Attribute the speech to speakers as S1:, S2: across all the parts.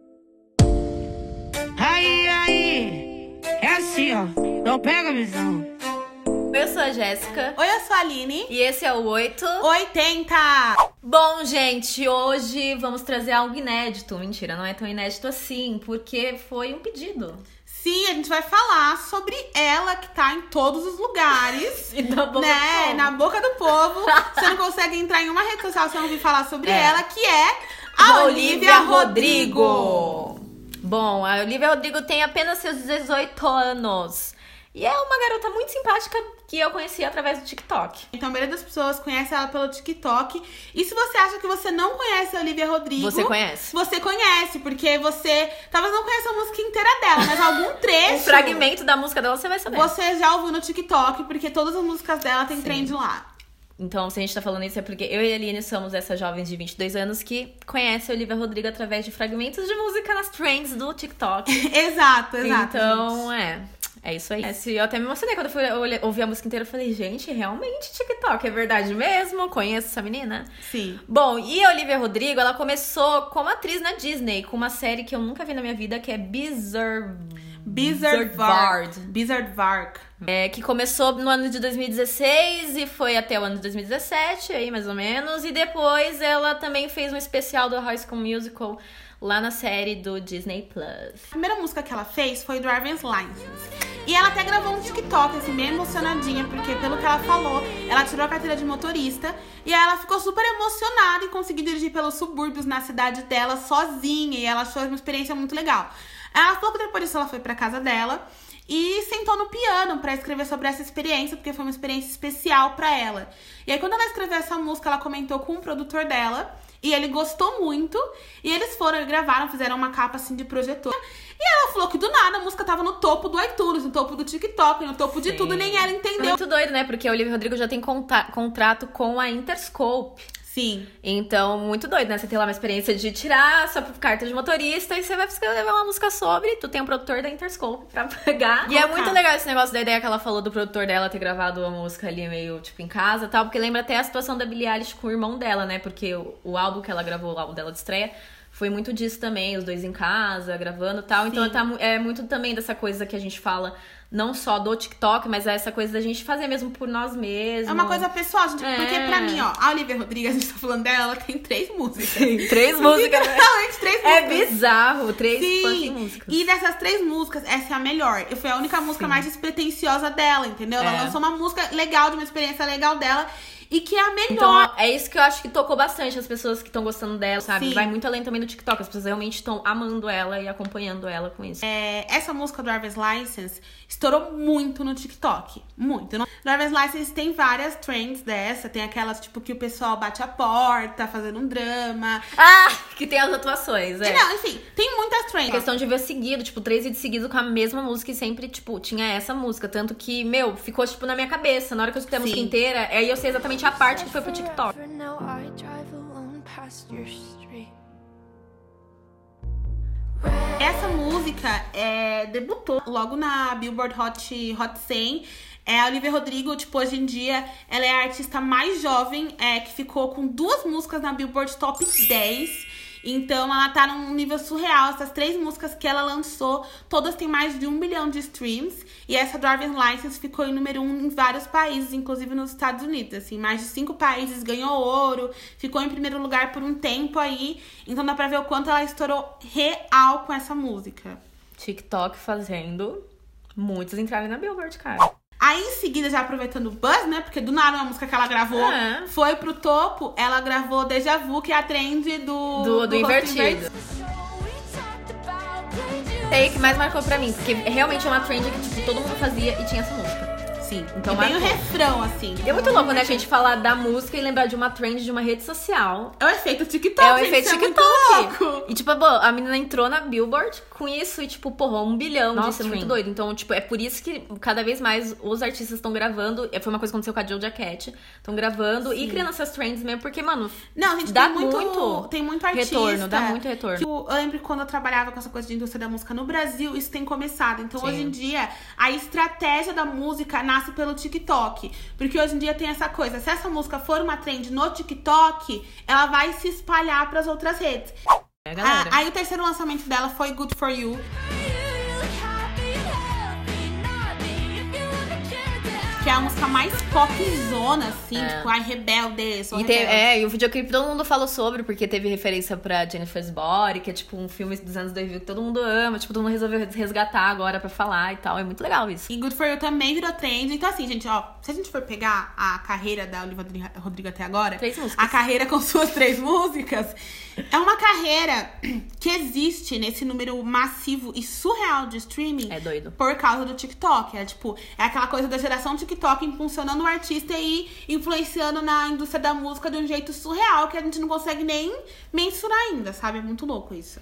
S1: visão. É assim, Não pega visão.
S2: Eu sou a Jéssica.
S3: Oi, eu sou a Aline.
S2: E esse é o 8.
S3: 80!
S2: Bom, gente, hoje vamos trazer algo inédito. Mentira, não é tão inédito assim, porque foi um pedido.
S3: Sim, a gente vai falar sobre ela que tá em todos os lugares.
S2: E da boca do
S3: né?
S2: povo.
S3: Na boca do povo. Você não consegue entrar em uma rede social se não ouvir falar sobre
S2: É.
S3: ela, que é a Olivia Rodrigo.
S2: Bom, a Olivia Rodrigo tem apenas seus 18 anos. E é uma garota muito simpática que eu conheci através do TikTok.
S3: Então, a maioria das pessoas conhece ela pelo TikTok. E se você acha que você não conhece a Olivia Rodrigo,
S2: Você conhece?
S3: você conhece, porque você talvez não conheça a música inteira dela, mas algum
S2: Um
S3: trecho.
S2: fragmento da música dela você vai saber.
S3: Você já ouviu no TikTok, porque todas as músicas dela tem trend lá.
S2: Então, se a gente tá falando isso é porque eu e a Aline somos essas jovens de 22 anos que conhecem a Olivia Rodrigo através de fragmentos de música nas trends do TikTok.
S3: exato, exato.
S2: então,
S3: gente.
S2: é. É isso aí. Esse- Eu até me emocionei quando eu fui olhe- ouvir a música inteira. Eu falei, gente, realmente TikTok, é verdade mesmo? Conheço essa menina.
S3: Sim.
S2: Bom, e a Olivia Rodrigo, ela começou como atriz na Disney, com uma série que eu nunca vi na minha vida, que é Bizarre...
S3: Bizardvark. Bizardvark.
S2: É, que começou no ano de 2016 e foi até o ano de 2017, aí mais ou menos. E depois ela também fez um especial do High School Musical lá na série do Disney Plus.
S3: A primeira música que ela fez foi Driver's License. E ela até gravou um TikTok, assim, bem emocionadinha, porque pelo que ela falou, ela tirou a carteira de motorista e aí ela ficou super emocionada em conseguir dirigir pelos subúrbios na cidade dela sozinha e ela achou uma experiência muito legal. Ela, pouco depois disso, ela foi pra casa dela e sentou no piano pra escrever sobre essa experiência, porque foi uma experiência especial pra ela. E aí, quando ela escreveu essa música, ela comentou com o produtor dela e ele gostou muito. E eles foram e gravaram, fizeram uma capa assim de projetor. E ela falou que do nada a música tava no topo do iTunes, no topo do TikTok, no topo de
S2: Sim.
S3: tudo, nem ela entendeu.
S2: Muito doido, né? Porque a Olivia Rodrigo já tem conta- contrato com a Interscope.
S3: Sim.
S2: Então, muito doido, né? Você tem lá uma experiência de tirar sua carta de motorista e você vai escrever uma música sobre. Tu tem um produtor da Interscope pra pagar. E é
S3: Colocar.
S2: muito legal esse negócio da ideia que ela falou do produtor dela ter gravado a música ali meio, tipo, em casa e tal. Porque lembra até a situação da Billie Eilish com o irmão dela, né? Porque o, o álbum que ela gravou, o álbum dela de estreia, foi muito disso também. Os dois em casa, gravando e tal. Então, tá mu- é muito também dessa coisa que a gente fala... Não só do TikTok, mas é essa coisa da gente fazer mesmo por nós mesmos.
S3: É uma coisa pessoal, gente.
S2: É.
S3: Porque pra mim, ó, a Olivia Rodrigues, a gente tá falando dela, ela tem três músicas.
S2: Três músicas. né?
S3: Literalmente, três
S2: É
S3: músicas.
S2: bizarro, três funk
S3: Sim,
S2: músicas.
S3: e dessas três músicas, essa é a melhor. E foi a única música mais despretensiosa dela, entendeu? Ela
S2: É.
S3: lançou uma música legal, de uma experiência legal dela, e que é a melhor.
S2: Então, é isso que eu acho que tocou bastante as pessoas que estão gostando dela, sabe?
S3: Sim.
S2: Vai muito além também do TikTok. As pessoas realmente estão amando ela e acompanhando ela com isso.
S3: É, essa música Driver's License estourou muito no TikTok. Muito. No- Driver's License tem várias trends dessa. Tem aquelas, tipo, que o pessoal bate a porta, fazendo um drama.
S2: Ah! Que tem as atuações, é.
S3: Não, enfim, tem muitas
S2: A
S3: trends.
S2: questão de ver seguido, tipo, três vídeos seguidos com a mesma música e sempre, tipo, tinha essa música. Tanto que, meu, ficou, tipo, na minha cabeça. Na hora que eu escutei a
S3: Sim.
S2: música inteira, aí eu sei exatamente a parte que foi pro TikTok.
S4: Forever Now I drive alone past your street.
S3: Essa música é, debutou logo na Billboard Hot, Hot 100. É, a Olivia Rodrigo, tipo, hoje em dia, ela é a artista mais jovem é, que ficou com duas músicas na Billboard Top 10. Então, ela tá num nível surreal. Essas três músicas que ela lançou, todas têm mais de um bilhão de streams. E essa Driver's License ficou em número um em vários países, inclusive nos Estados Unidos. Assim, mais de cinco países ganhou ouro, ficou em primeiro lugar por um tempo aí. Então, dá pra ver o quanto ela estourou real com essa música.
S2: TikTok fazendo muitos entrarem na Billboard, cara.
S3: Aí em seguida, já aproveitando o buzz, né? Porque do nada uma música que ela gravou
S2: É.
S3: foi pro topo. Ela gravou Deja Vu, que é a trend do.
S2: Do, do
S3: rosto
S2: invertido. É aí que mais marcou pra mim, porque realmente é uma trend que tipo, todo mundo fazia e tinha essa música.
S3: Sim.
S2: Então
S3: Então, e tem o
S2: marcou.
S3: refrão, assim.
S2: E é muito louco, né, a gente falar da música e lembrar de uma trend de uma rede social.
S3: É o efeito TikTok,
S2: é o
S3: gente,
S2: efeito
S3: isso
S2: TikTok.
S3: É muito louco.
S2: e tipo, a bo- a menina entrou na Billboard com isso e tipo, porra, um bilhão
S3: Nossa,
S2: disso é muito
S3: sim.
S2: doido. Então, tipo, é por isso que cada vez mais os artistas estão gravando. é, Foi uma coisa que aconteceu com a Joe Cat. Estão gravando e criando essas trends mesmo, porque, mano,
S3: Não, gente,
S2: Dá
S3: tem muito,
S2: muito
S3: tem muito artista.
S2: retorno, dá muito retorno.
S3: que eu eu lembro que quando eu trabalhava com essa coisa de indústria da música no Brasil, isso tem começado. Então,
S2: Sim.
S3: hoje em dia, a estratégia da música nasce pelo TikTok. Porque hoje em dia tem essa coisa, se essa música for uma trend no TikTok, ela vai se espalhar pras outras redes.
S2: é, galera.
S3: Ah, aí o terceiro lançamento dela foi Good For You.
S4: You look happy, healthy, not
S3: é a música mais popzona, assim, tipo, ai, rebelde, sou
S2: É. E tem-
S3: rebelde.
S2: é, e o videoclipe todo mundo falou sobre, porque teve referência pra Jennifer's Body, que é tipo um filme dos anos 2000 que todo mundo ama, tipo, todo mundo resolveu resgatar agora pra falar e tal. É muito legal isso.
S3: E Good For You também virou trend. Então, assim, gente, ó, se a gente for pegar a carreira da Olivia Rodri- Rodrigo até agora,
S2: Três músicas.
S3: a carreira com suas três músicas, é uma carreira que existe nesse número massivo e surreal de streaming.
S2: É doido.
S3: Por causa do TikTok. É tipo, é aquela coisa da geração TikTok impulsionando o artista e influenciando na indústria da música de um jeito surreal que a gente não consegue nem mensurar ainda, sabe? É muito louco isso.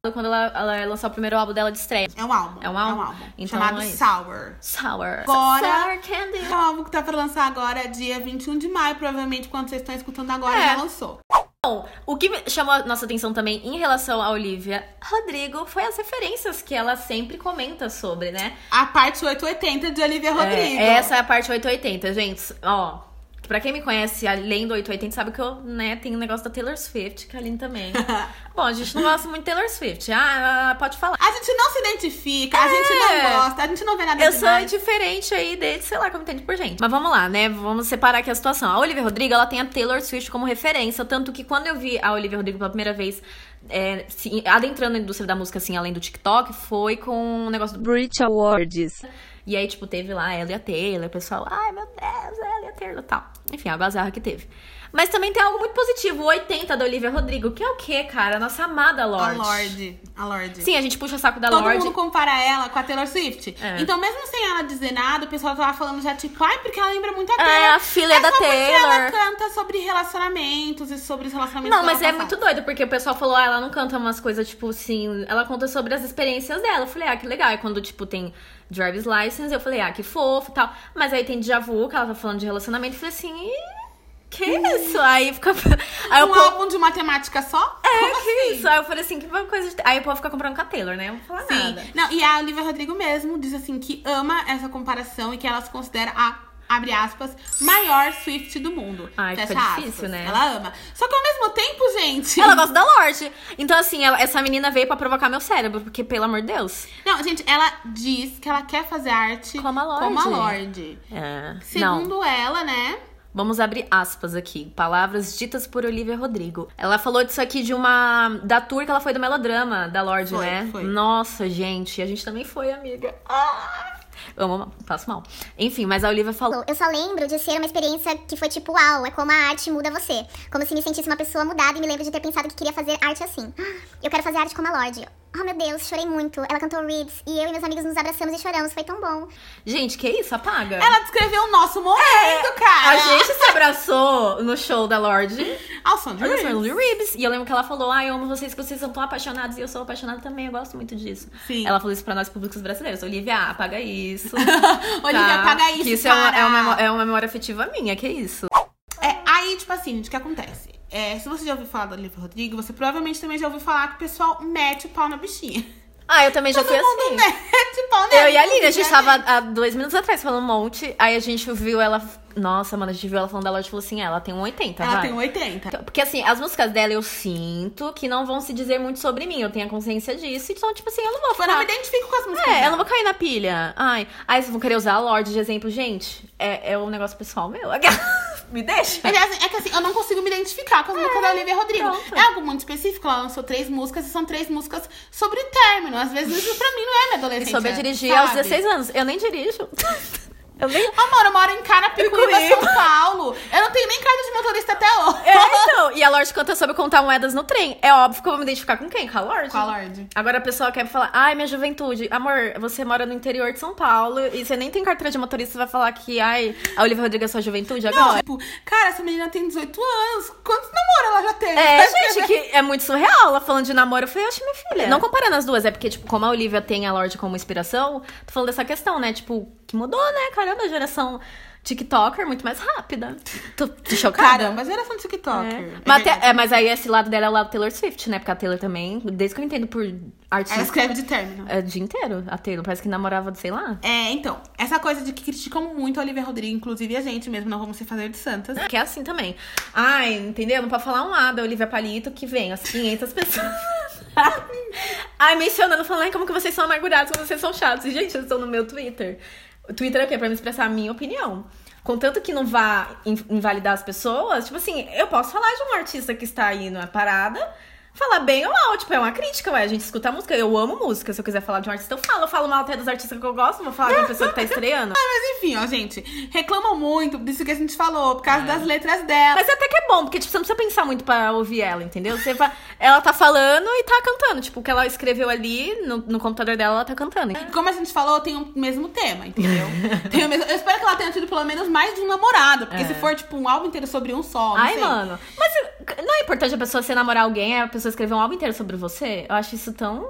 S2: Então, Quando ela, ela lançou o primeiro álbum dela de estreia.
S3: É um álbum.
S2: É um álbum? Então
S3: chamado
S2: é isso.
S3: Sour.
S2: Sour.
S3: Agora-
S2: Sour Candy.
S3: É um álbum que tá pra lançar agora, dia 21 de maio, provavelmente, quando vocês estão escutando agora,
S2: É.
S3: já lançou.
S2: Bom, o que me chamou a nossa atenção também em relação a Olivia Rodrigo foi as referências que ela sempre comenta sobre, né?
S3: A parte 880 de Olivia Rodrigo.
S2: É, essa é a parte 880, gente. Ó, pra quem me conhece além do 880, sabe que eu, né, tenho um negócio da Taylor Swift, que a Aline também. Bom, a gente não gosta muito de Taylor Swift. Ah, pode falar.
S3: A gente não se identifica, a gente
S2: É.
S3: não gosta, a gente não vê nada
S2: Eu sou
S3: demais.
S2: diferente aí de, sei lá, como entende por gente. Mas vamos lá, né? Vamos separar aqui a situação. A Olivia Rodrigo, ela tem a Taylor Swift como referência. Tanto que quando eu vi a Olivia Rodrigo pela primeira vez é, se- adentrando na indústria da música, assim, além do TikTok, foi com o negócio do Brit Awards. E aí, tipo, teve lá ela e a Taylor, o pessoal, ai meu Deus, ela e a Taylor tal. Enfim, a bazarra que teve. Mas também tem algo muito positivo, o 80 da Olivia Rodrigo, que é o quê, cara? A nossa amada
S3: A
S2: Lorde.
S3: Lorde. A Lorde.
S2: Sim, a gente puxa o saco da
S3: Todo
S2: Lorde.
S3: mundo compara ela com a Taylor Swift.
S2: É.
S3: Então, mesmo sem ela dizer nada, o pessoal tava falando já, tipo, ai, porque ela lembra muito a Taylor.
S2: É, a filha
S3: É
S2: da
S3: só porque
S2: Taylor.
S3: Ela canta sobre relacionamentos e sobre os relacionamentos
S2: Não, mas
S3: dela
S2: é
S3: passados.
S2: muito doido, porque o pessoal falou, ah, ela não canta umas coisas, tipo, assim, ela conta sobre as experiências dela. Eu falei, ah, que legal. E quando, tipo, tem Driver's License, eu falei, ah, que fofo e tal. Mas aí tem Deja Vu, que ela tá falando de relacionamento, eu falei assim, "Ih, que isso? Aí fica. Aí o
S3: Um
S2: povo.
S3: álbum de matemática só?
S2: É, que isso? Aí eu falei assim, que coisa de. Aí o povo fica comprando com a Taylor, né? Eu não vou falar
S3: Sim.
S2: nada.
S3: Não, e a Olivia Rodrigo mesmo diz assim que ama essa comparação e que ela se considera a abre aspas, maior Swift do mundo.
S2: Ai,
S3: Fecha
S2: fica
S3: aspas.
S2: difícil, né?
S3: Ela ama. Só que ao mesmo tempo, gente.
S2: Ela gosta da Lorde. Então, assim, ela- essa menina veio pra provocar meu cérebro, porque, pelo amor de Deus.
S3: Não, gente, ela diz que ela quer fazer arte
S2: Como a Lorde.
S3: Como a Lorde.
S2: É. não.
S3: Segundo ela, né?
S2: Vamos abrir aspas aqui. Palavras ditas por Olivia Rodrigo. Ela falou disso aqui de uma. da tour que ela foi do melodrama da Lorde,
S3: Foi,
S2: né?
S3: foi.
S2: Nossa, gente. A gente também foi, amiga. Ah! Amo, passo mal. Enfim, mas a Olivia falou.
S5: Eu só lembro de ser uma experiência que foi tipo, uau, é como a arte muda você. Como se me sentisse uma pessoa mudada e me lembro de ter pensado que queria fazer arte assim. Ah, Eu quero fazer arte como a Lorde. Oh meu Deus, chorei muito. Ela cantou Reeds e eu e meus amigos nos abraçamos e choramos, foi tão bom.
S2: Gente, que isso? Apaga.
S3: Ela descreveu o nosso momento, cara.
S2: É, A gente se abraçou no show da Lorde.
S3: Ao som de
S2: Olha só,
S3: Reels.
S2: Lil Ribs. E eu lembro que ela falou: Ai, eu amo vocês, que vocês são tão apaixonados. E eu sou apaixonada também, eu gosto muito disso.
S3: Sim.
S2: Ela falou isso pra nós, públicos brasileiros. Olivia, apaga isso.
S3: Olivia,
S2: Tá?
S3: apaga isso,
S2: Que isso
S3: cara.
S2: É, uma, é, uma, é uma memória afetiva minha, que isso.
S3: É, aí, tipo assim, gente, o que acontece? É, se você já ouviu falar da Olivia Rodrigo, você provavelmente também já ouviu falar que o pessoal mete o pau na bichinha.
S2: Ah, eu também já fui
S3: Todo mundo é
S2: assim.
S3: mete o pau nela.
S2: Eu e a Aline, a gente
S3: né?
S2: tava há dois minutos atrás falando um monte. Aí a gente ouviu ela. Nossa, mano, a gente viu ela falando da loja e falou assim: "Ah, ela tem um 80,
S3: Ela
S2: vai.
S3: tem um 80.
S2: Então, Porque assim, as músicas dela eu sinto que não vão se dizer muito sobre mim. Eu tenho a consciência disso. Então, tipo assim, eu não vou
S3: Eu não me
S2: falar.
S3: identifico com as músicas.
S2: É, eu
S3: dela.
S2: não vou cair na pilha. Ai, aí vocês vão querer usar a Lorde de exemplo. Gente, é, é um negócio pessoal meu. Me deixa.
S3: Mas é assim- é que assim, eu não consigo me identificar com as músicas da Olivia Rodrigo.
S2: É, pronto.
S3: É algo muito específico. Ela lançou três músicas e são três músicas sobre término. Às vezes isso pra mim não é minha
S2: E
S3: adolescência.
S2: soube dirigir
S3: sabe?
S2: aos 16 anos. Eu nem dirijo. Eu nem.
S3: Amor, eu moro em Carapicuíba,
S2: Picuíba.
S3: São Paulo. Eu não tenho nem carta de motorista até hoje.
S2: É, então. E a Lorde canta sobre contar moedas no trem. É óbvio que eu vou me identificar com quem? Com a Lorde.
S3: Com a Lorde.
S2: Agora a pessoa quer falar, ai, minha juventude. Amor, você mora no interior de São Paulo e você nem tem carteira de motorista, você vai falar que, ai, a Olivia Rodrigo é sua juventude
S3: Não,
S2: agora?
S3: tipo, cara, essa menina tem 18 anos. Quantos namoros ela já teve?
S2: É, gente, que é muito surreal. Ela falando de namoro, eu falei, oxe, minha filha. Não comparando as duas, é porque, tipo, como a Olivia tem a Lorde como inspiração, tô falando dessa questão, né? Tipo, que mudou, né? Caramba, a geração TikToker é muito mais rápida. Tô, tô chocada.
S3: Caramba, geração de TikTok.
S2: É. Mas, até- é, mas aí esse lado dela é o lado Taylor Swift, né? Porque a Taylor também, desde que eu entendo por artista.
S3: Ela escreve de término.
S2: É o dia inteiro, a Taylor. Parece que namorava, sei lá.
S3: É, então, essa coisa de que criticam muito a Olivia Rodrigo, inclusive a gente mesmo, não vamos se fazer de santas.
S2: Que é assim também. Ai, entendeu? Não pode falar um A da Olivia Palito que vem, as 500 pessoas. Ai, mencionando, falando, ai, como que vocês são amargurados, como vocês são chatos. E, Gente, eu estou no meu Twitter. O Twitter é o quê? Pra me expressar a minha opinião. Contanto que não vá in- invalidar as pessoas, tipo assim, eu posso falar de um artista que está aí na parada, falar bem ou mal, tipo, é uma crítica, ué. A gente escuta música, eu amo música. Se eu quiser falar de um artista, eu falo. Eu falo mal até dos artistas que eu gosto, vou falar de uma pessoa que tá estreando.
S3: Mas enfim, ó, gente, reclamam muito disso que a gente falou, por causa das letras dela.
S2: É. Mas até que é bom, porque tipo, você não precisa pensar muito pra ouvir ela, entendeu? Você fa- Ela tá falando e tá cantando. Tipo, o que ela escreveu ali no, no computador dela, ela tá cantando.
S3: E Como a gente falou, tem o mesmo tema, entendeu? Tem o mesmo- Eu espero que ela tenha tido pelo menos mais de um namorado. Porque se for, tipo, um álbum inteiro sobre um só. não
S2: É. Ai,
S3: sei.
S2: mano. Mas eh, não é importante a pessoa se namorar alguém, é a pessoa escrever um álbum inteiro sobre você? Eu acho isso tão.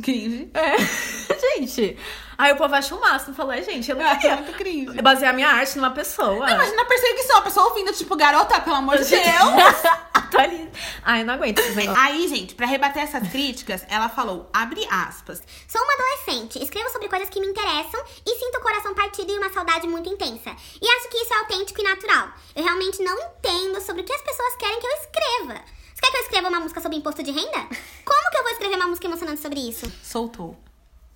S3: Cringe.
S2: É. gente. Aí o povo acha o máximo. Falou, é, gente, eu
S3: Eu
S2: não
S3: acho
S2: queria
S3: muito cringe.
S2: basear minha arte numa pessoa.
S3: Não, imagina a perseguição, a pessoa ouvindo, tipo, garota, pelo amor de Deus.
S2: Deus! Tô ali. Ai, não aguento. Vem.
S3: Aí, gente, pra rebater essas críticas, ela falou, abre aspas.
S5: Sou uma adolescente, escrevo sobre coisas que me interessam e sinto o coração partido e uma saudade muito intensa. E acho que isso é autêntico e natural. Eu realmente não entendo sobre o que as pessoas querem que eu escreva. Você quer que eu escreva uma música sobre imposto de renda? Como que eu vou escrever uma música emocionante sobre isso?
S3: Soltou.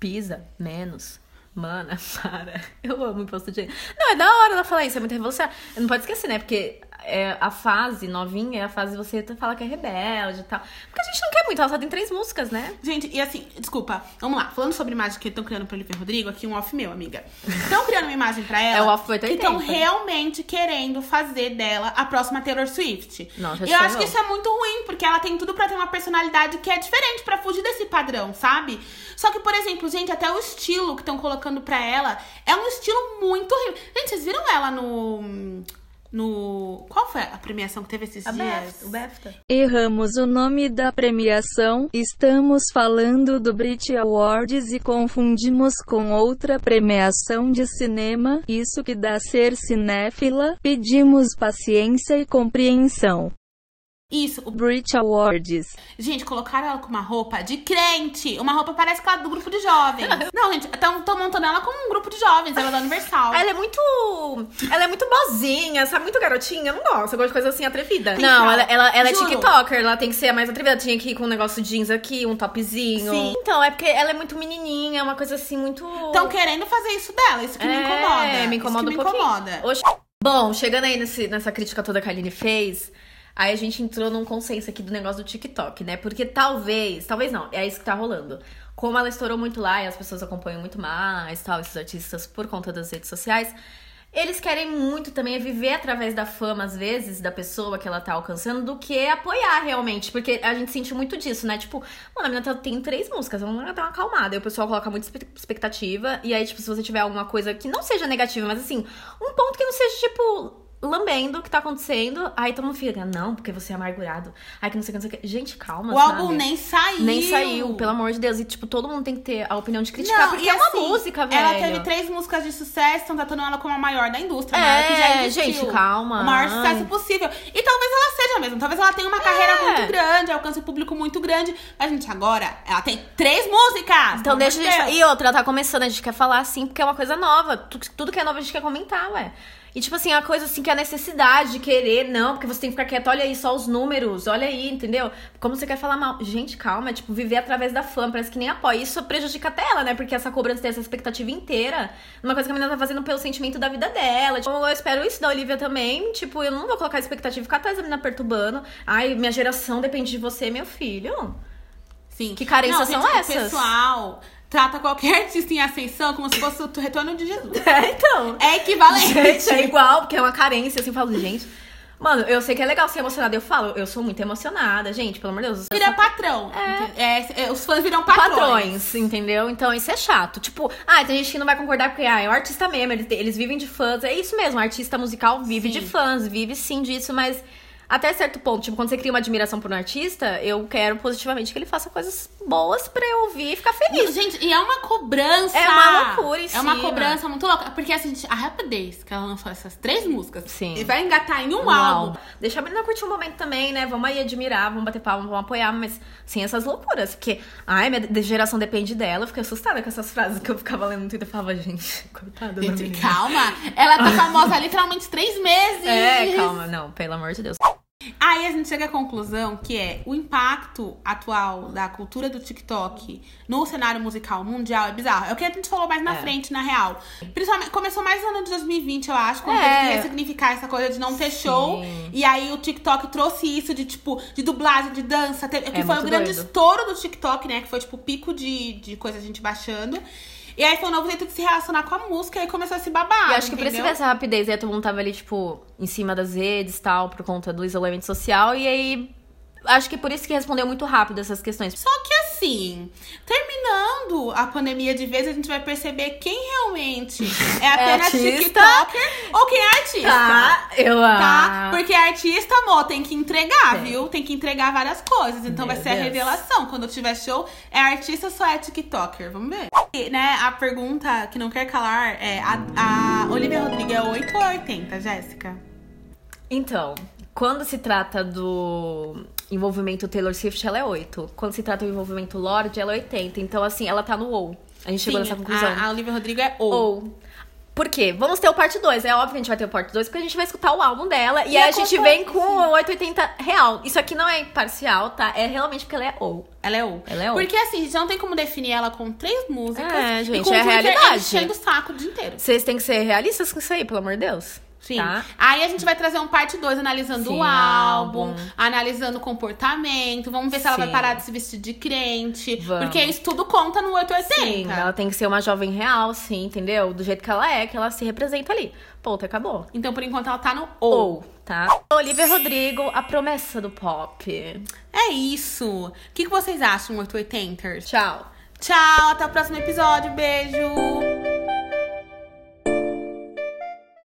S2: Pisa, menos. Mana, para. Eu amo imposto de renda. Não, é da hora ela falar isso, é muito revolucionário. Não pode esquecer, né? Porque é, a fase novinha é a fase de você falar que é rebelde e tal. Porque a gente não quer muito, ela só tem três músicas, né?
S3: Gente, e assim, desculpa, vamos lá. Falando sobre imagem que estão criando pra Olivia Rodrigo, aqui um off meu, amiga. Estão criando uma imagem pra ela.
S2: É, o off foi
S3: Que estão
S2: 80.
S3: realmente querendo fazer dela a próxima Taylor Swift.
S2: Nossa,
S3: E eu
S2: isso
S3: acho
S2: não.
S3: que isso é muito ruim, porque ela tem tudo pra ter uma personalidade que é diferente, pra fugir desse padrão, sabe? Só que, por exemplo, gente, até o estilo que estão colocando pra ela é um estilo muito. horrível. Gente, vocês viram ela no. No. Qual foi a premiação que teve esses dias?
S2: o BAFTA.
S6: Erramos o nome da premiação, estamos falando do Brit Awards e confundimos com outra premiação de cinema, isso que dá ser cinéfila, pedimos paciência e compreensão.
S3: Isso, o
S6: Brit Awards.
S3: Gente, colocaram ela com uma roupa de crente. Uma roupa parece que ela é do grupo de jovens. Não, gente, estão montando ela como um grupo de jovens. Ela é da Universal.
S2: Ela é muito. Ela é muito bozinha, sabe? Muito garotinha. Eu não gosto. Eu gosto de coisa assim atrevida.
S3: Tem
S2: Não,
S3: tal.
S2: ela, ela, ela é
S3: Juro.
S2: TikToker, ela tem que ser a mais atrevida. Tinha que ir com um negócio jeans aqui, um topzinho.
S3: Sim. Então,
S2: Então, é porque ela é muito menininha, é uma coisa assim muito.
S3: Estão querendo fazer isso dela. Isso que me incomoda.
S2: É, me incomoda
S3: isso que
S2: um
S3: me
S2: pouquinho.
S3: incomoda.
S2: Oxe. Bom, chegando aí nesse- nessa crítica toda que a Aline fez, aí a gente entrou num consenso aqui do negócio do TikTok, né? Porque talvez, talvez não, é isso que tá rolando. Como ela estourou muito lá e as pessoas acompanham muito mais, tal, esses artistas por conta das redes sociais, eles querem muito também é viver através da fama, às vezes, da pessoa que ela tá alcançando, do que apoiar realmente. Porque a gente sente muito disso, né? Tipo, mano, a menina tá- tem três músicas, vamos dar uma acalmada. Aí o pessoal coloca muita expe- expectativa. E aí, tipo, se você tiver alguma coisa que não seja negativa, mas assim, um ponto que não seja, tipo, lambendo o que tá acontecendo. Aí todo mundo fica, não, porque você é amargurado. Aí que não sei o que, não sei o que. Gente, calma,
S3: O álbum
S2: sabe?
S3: nem saiu.
S2: Nem saiu, pelo amor de Deus. E, tipo, todo mundo tem que ter a opinião de criticar,
S3: Não,
S2: porque
S3: e
S2: é uma
S3: assim,
S2: música, velho.
S3: Ela teve três músicas de sucesso, estão tratando ela como a maior da indústria. a maior que
S2: É,
S3: já existiu.
S2: gente, calma.
S3: O
S2: Ai.
S3: maior sucesso possível. E talvez ela seja mesmo. Talvez ela
S2: É.
S3: tenha uma carreira muito grande, alcance um público muito grande. Mas, gente, agora ela tem três músicas.
S2: Então
S3: pelo
S2: deixa a
S3: amor de
S2: gente.
S3: Deus.
S2: E outra, ela tá começando, a gente quer falar assim, porque é uma coisa nova. Tu- Tudo que é novo a gente quer comentar, ué. E tipo assim, a coisa assim que é a necessidade de querer, não, porque você tem que ficar quieto, olha aí só os números, olha aí, entendeu? Como você quer falar mal. Gente, calma, é, tipo, viver através da fama, parece que nem apoia. Isso prejudica até ela, né? Porque essa cobrança tem essa expectativa inteira. Uma coisa que a menina tá fazendo pelo sentimento da vida dela. Tipo, eu espero isso da Olivia também. Tipo, eu não vou colocar expectativa, ficar atrás da menina perturbando. Ai, minha geração depende de você, meu filho.
S3: Sim.
S2: Que carências
S3: Não,
S2: são
S3: gente, o
S2: essas?
S3: pessoal trata qualquer artista em ascensão como se fosse o retorno de Jesus.
S2: É, então.
S3: É equivalente.
S2: Gente, é igual, porque é uma carência, assim, eu falo, gente. Mano, eu sei que é legal ser emocionada. Eu falo, eu sou muito emocionada, gente, pelo amor de Deus. eu sou-
S3: Vira patrão. É, é, os fãs viram patrões.
S2: patrões. entendeu? Então isso é chato. Tipo, ah, tem gente que não vai concordar porque ah, é um artista mesmo, eles, eles vivem de fãs. É isso mesmo, artista musical vive
S3: Sim.
S2: de fãs, vive sim disso, mas até certo ponto, tipo, quando você cria uma admiração por um artista, eu quero positivamente que ele faça coisas boas pra eu ouvir e ficar feliz.
S3: E, gente, e é uma cobrança.
S2: É uma loucura em
S3: É uma
S2: cima.
S3: cobrança muito louca. Porque assim, gente, a rapidez que ela lançou essas três músicas.
S2: Sim.
S3: E vai engatar em um
S2: Uau.
S3: álbum.
S2: Deixa a menina curtir um momento também, né? Vamos aí admirar, vamos bater palma, vamos apoiar, mas sem essas loucuras. Porque, ai, minha de- geração depende dela. Eu fiquei assustada com essas frases que eu ficava lendo no Twitter. Eu falava, gente, coitada da
S3: Gente, é
S2: menina.
S3: calma. Ela tá famosa há literalmente três meses.
S2: É, calma, não, pelo amor de Deus.
S3: Aí aí a gente chega à conclusão que é o impacto atual da cultura do TikTok no cenário musical mundial é bizarro. É o que a gente falou mais na
S2: É.
S3: frente, na real. Principalmente, começou mais no ano de 2020, eu acho, quando
S2: É.
S3: teve que ressignificar essa coisa de não ter show. E aí o TikTok trouxe isso de, tipo, de dublagem, de dança, teve- que
S2: É
S3: foi o
S2: muito
S3: grande
S2: doido.
S3: estouro do TikTok, né? Que foi, tipo, o pico de, de coisa a gente baixando. E aí foi um novo jeito de se relacionar com a música e aí começou a se babar.
S2: E eu acho que
S3: Ah, entendeu?
S2: precisa dessa rapidez. Aí todo mundo tava ali, tipo, em cima das redes e tal, por conta do isolamento social. E aí, acho que por isso que respondeu muito rápido essas questões.
S3: Só que assim, terminando a pandemia de vez, a gente vai perceber quem realmente é apenas
S2: artista.
S3: TikToker ou quem é artista.
S2: Tá, eu
S3: Tá?
S2: acho.
S3: Porque artista, amor, tem que entregar,
S2: Tem.
S3: viu? Tem que entregar várias coisas. Então
S2: Meu
S3: vai ser a
S2: Deus.
S3: revelação. Quando tiver show, é artista, só é TikToker. Vamos ver. E, né, a pergunta que não quer calar é: a, a Olivia Rodrigo é 8 ou 80, Jéssica?
S2: Então, quando se trata do envolvimento Taylor Swift, ela é 8. Quando se trata do envolvimento Lorde, ela é 80. Então, assim, ela tá no ou. A gente chegou
S3: Sim,
S2: nessa conclusão.
S3: A, a Olivia Rodrigo é ou.
S2: Ou. Por quê? Vamos ter o parte 2. É óbvio que a gente vai ter o parte 2, porque a gente vai escutar o álbum dela. E,
S3: E
S2: aí
S3: a
S2: a gente vem
S3: concorrência,
S2: com o 880 real. Isso aqui não é parcial, tá? É realmente porque ela é ou.
S3: Ela é ou.
S2: Ela é ou.
S3: Porque assim, gente não tem como definir ela com três músicas.
S2: É,
S3: e
S2: gente,
S3: com
S2: é a
S3: Twitter
S2: realidade.
S3: enchendo o saco o dia inteiro.
S2: Vocês têm que ser realistas com isso aí, pelo amor de Deus.
S3: Sim.
S2: Tá?
S3: Aí a gente vai trazer um parte 2 analisando
S2: Sim,
S3: o álbum,
S2: álbum.
S3: analisando o comportamento. Vamos ver se ela vai
S2: Sim.
S3: parar de se vestir de crente.
S2: Vamos.
S3: Porque isso tudo conta no 880.
S2: Sim, ela tem que ser uma jovem real, sim, entendeu? Do jeito que ela é, que ela se representa ali. Ponto, acabou.
S3: Então, por enquanto, ela tá no ou.
S2: Ou, tá? Olivia Rodrigo, a promessa do pop.
S3: É isso. O que, que vocês acham, 880ers?
S2: Tchau.
S3: Tchau, até o próximo episódio. Beijo.